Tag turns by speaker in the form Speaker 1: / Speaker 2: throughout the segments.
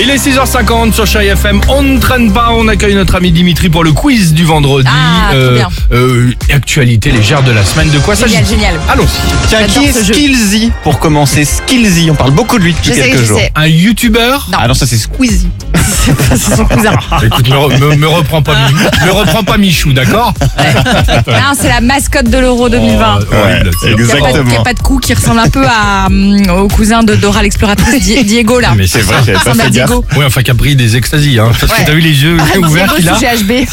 Speaker 1: Il est 6h50 sur Chai FM. On ne traîne pas. On accueille notre ami Dimitri pour le quiz du vendredi.
Speaker 2: Ah, trop bien.
Speaker 1: euh, actualité légère de la semaine. De quoi ça
Speaker 2: Génial, génial.
Speaker 1: Allons-y.
Speaker 3: Tiens, qui
Speaker 2: J'adore
Speaker 3: est
Speaker 2: ce jeu.
Speaker 3: Skillzy Pour commencer, Skillzy, on parle beaucoup de lui depuis
Speaker 2: Je sais,
Speaker 3: quelques
Speaker 2: je
Speaker 3: jours.
Speaker 2: sais.
Speaker 1: Un youtubeur. Bah,
Speaker 3: Ah non, ça c'est Squeezie.
Speaker 2: C'est son cousin.
Speaker 1: Écoute, me, me- me reprends pas, mi- me reprends pas Michou, d'accord
Speaker 2: Non, Hein, c'est la mascotte de l'Euro 2020.
Speaker 1: Oh, horrible.
Speaker 3: Ouais,
Speaker 2: Il n'y a, pas de-
Speaker 3: exactement.
Speaker 2: y a pas de coup qui ressemble un peu à, hum, au cousin de Dora l'exploratrice Di- Diego là.
Speaker 1: Mais
Speaker 3: C'est vrai, j'avais pas
Speaker 2: ressemble à
Speaker 3: fait gaffe.
Speaker 2: Diego.
Speaker 1: Oui, enfin, qui a pris des extasies, hein, parce que
Speaker 2: Ouais. Ah,
Speaker 1: t'as vu les yeux les yeux ouverts
Speaker 2: Diego
Speaker 1: qu'il
Speaker 2: sous
Speaker 1: a.
Speaker 2: GHB.
Speaker 3: J'avais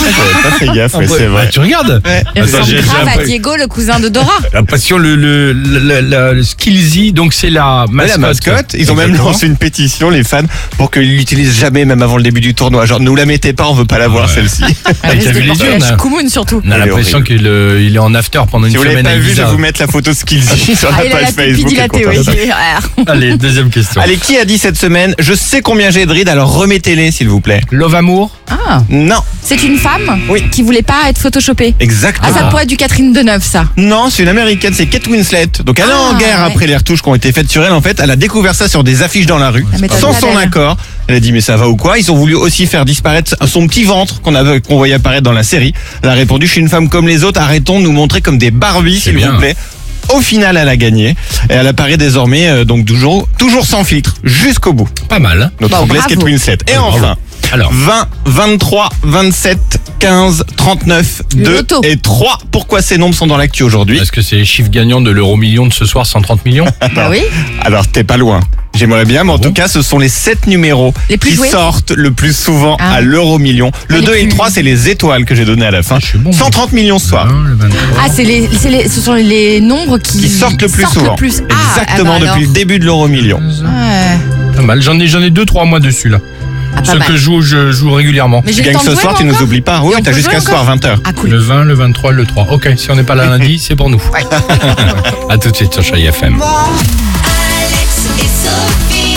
Speaker 3: pas fait gaffe, mais
Speaker 1: Ouais,
Speaker 3: c'est
Speaker 1: bah,
Speaker 3: vrai.
Speaker 1: tu regardes
Speaker 2: Il
Speaker 1: Attends,
Speaker 2: ressemble
Speaker 1: j'ai- j'ai
Speaker 2: grave
Speaker 1: un
Speaker 2: à
Speaker 1: peu-
Speaker 2: Diego, le cousin de Dora.
Speaker 1: La passion, le, le, la- la- la Skillzy, donc c'est la
Speaker 3: Ouais,
Speaker 1: mascotte.
Speaker 3: la mascotte, ils ont même
Speaker 1: Exactement.
Speaker 3: lancé une pétition, les fans, pour qu'ils l'utilisent jamais, même avant le début du tournoi. Genre, nous la mettez pas, on veut pas la voir
Speaker 1: Ouais.
Speaker 3: celle-ci.
Speaker 1: Ah, t'as vu les yeux, on a-
Speaker 2: Koumoun surtout.
Speaker 1: On a
Speaker 3: Elle est
Speaker 1: l'impression qu'il euh, il est en after pendant
Speaker 3: si
Speaker 1: une
Speaker 3: vous l'avez
Speaker 1: semaine
Speaker 3: pas
Speaker 1: à
Speaker 3: vu, je vais
Speaker 1: Ibiza.
Speaker 3: vous mettre la photo Skillzy sur la
Speaker 2: Ah, il a
Speaker 3: page
Speaker 2: la pépite
Speaker 3: Facebook. elle
Speaker 2: dilatée,
Speaker 3: contient
Speaker 2: oui.
Speaker 3: ça.
Speaker 2: Ah,
Speaker 1: Allez, deuxième question.
Speaker 3: Allez, qui a dit cette semaine, je sais combien j'ai de rides, alors remettez-les, s'il vous plaît.
Speaker 1: Love Amour
Speaker 2: Ah.
Speaker 3: Non,
Speaker 2: C'est une femme
Speaker 3: Oui.
Speaker 2: qui voulait pas être photoshopée. Ah,
Speaker 3: exactement.
Speaker 2: ça pourrait être du Catherine Deneuve, ça.
Speaker 3: Non, c'est une américaine, c'est Kate Winslet. Donc elle est
Speaker 2: Ah,
Speaker 3: en guerre
Speaker 2: ouais.
Speaker 3: après les retouches qui ont été faites sur elle. En fait, elle a découvert ça sur des affiches dans la rue,
Speaker 2: Elle m'étonne
Speaker 3: sans
Speaker 2: pas
Speaker 3: son
Speaker 2: d'elle.
Speaker 3: accord. Elle a dit mais ça va ou quoi Ils ont voulu aussi faire disparaître son petit ventre qu'on avait, qu'on voyait apparaître dans la série. Elle a répondu je suis une femme comme les autres. Arrêtons de nous montrer comme des Barbies, s'il
Speaker 1: bien.
Speaker 3: vous plaît. Au final, elle a gagné et elle apparaît désormais euh, donc toujours, toujours sans filtre jusqu'au bout.
Speaker 1: Pas mal. hein.
Speaker 3: Notre
Speaker 2: Bah,
Speaker 3: anglaise
Speaker 2: bravo.
Speaker 3: Kate Winslet. Et enfin.
Speaker 1: Alors,
Speaker 3: 20, 23, 27, 15, 39, 2
Speaker 2: loto.
Speaker 3: et 3. Pourquoi ces nombres sont dans l'actu aujourd'hui
Speaker 1: est-ce que c'est les chiffres gagnants de l'euro million de ce soir, 130 millions
Speaker 2: Bah oui. Ah
Speaker 3: Alors t'es pas loin. J'aimerais bien, mais en
Speaker 1: bon
Speaker 3: tout cas, ce sont les 7 numéros
Speaker 2: Les plus
Speaker 3: qui
Speaker 2: joués
Speaker 3: sortent le plus souvent
Speaker 2: Ah.
Speaker 3: à l'euro million. Le
Speaker 2: Les
Speaker 3: 2 et
Speaker 2: plus-
Speaker 3: le 3, c'est les étoiles que j'ai donné à la fin.
Speaker 1: Ah, Je suis bon, moi.
Speaker 3: 130 millions ce soir.
Speaker 1: Hein, le 23.
Speaker 2: Ah, c'est les, c'est les- ce sont les nombres qui,
Speaker 3: Qui sortent le plus souvent.
Speaker 2: le plus. Ah,
Speaker 3: Exactement,
Speaker 2: ah bah alors.
Speaker 3: depuis le début de l'euro million.
Speaker 2: Ouais.
Speaker 1: Pas mal. J'en ai, j'en ai deux, trois mois dessus, là.
Speaker 2: Ah, pas
Speaker 1: Ceux
Speaker 2: mal.
Speaker 1: que je joue, je joue régulièrement.
Speaker 2: Mais j'ai
Speaker 3: Tu
Speaker 2: le
Speaker 3: gagnes
Speaker 2: temps de
Speaker 3: ce
Speaker 2: jouer,
Speaker 3: soir,
Speaker 2: moi,
Speaker 3: tu nous
Speaker 2: encore
Speaker 3: oublies pas. Oui,
Speaker 2: Et on
Speaker 3: t'as
Speaker 2: peut
Speaker 3: jusqu'à
Speaker 2: jouer
Speaker 3: ce soir, 20h.
Speaker 2: Ah, cool.
Speaker 1: Le 20, le 23, le 3. Ok, si on n'est pas là lundi, c'est pour nous. A tout de suite sur Chai FM.
Speaker 4: Alex et Sophie.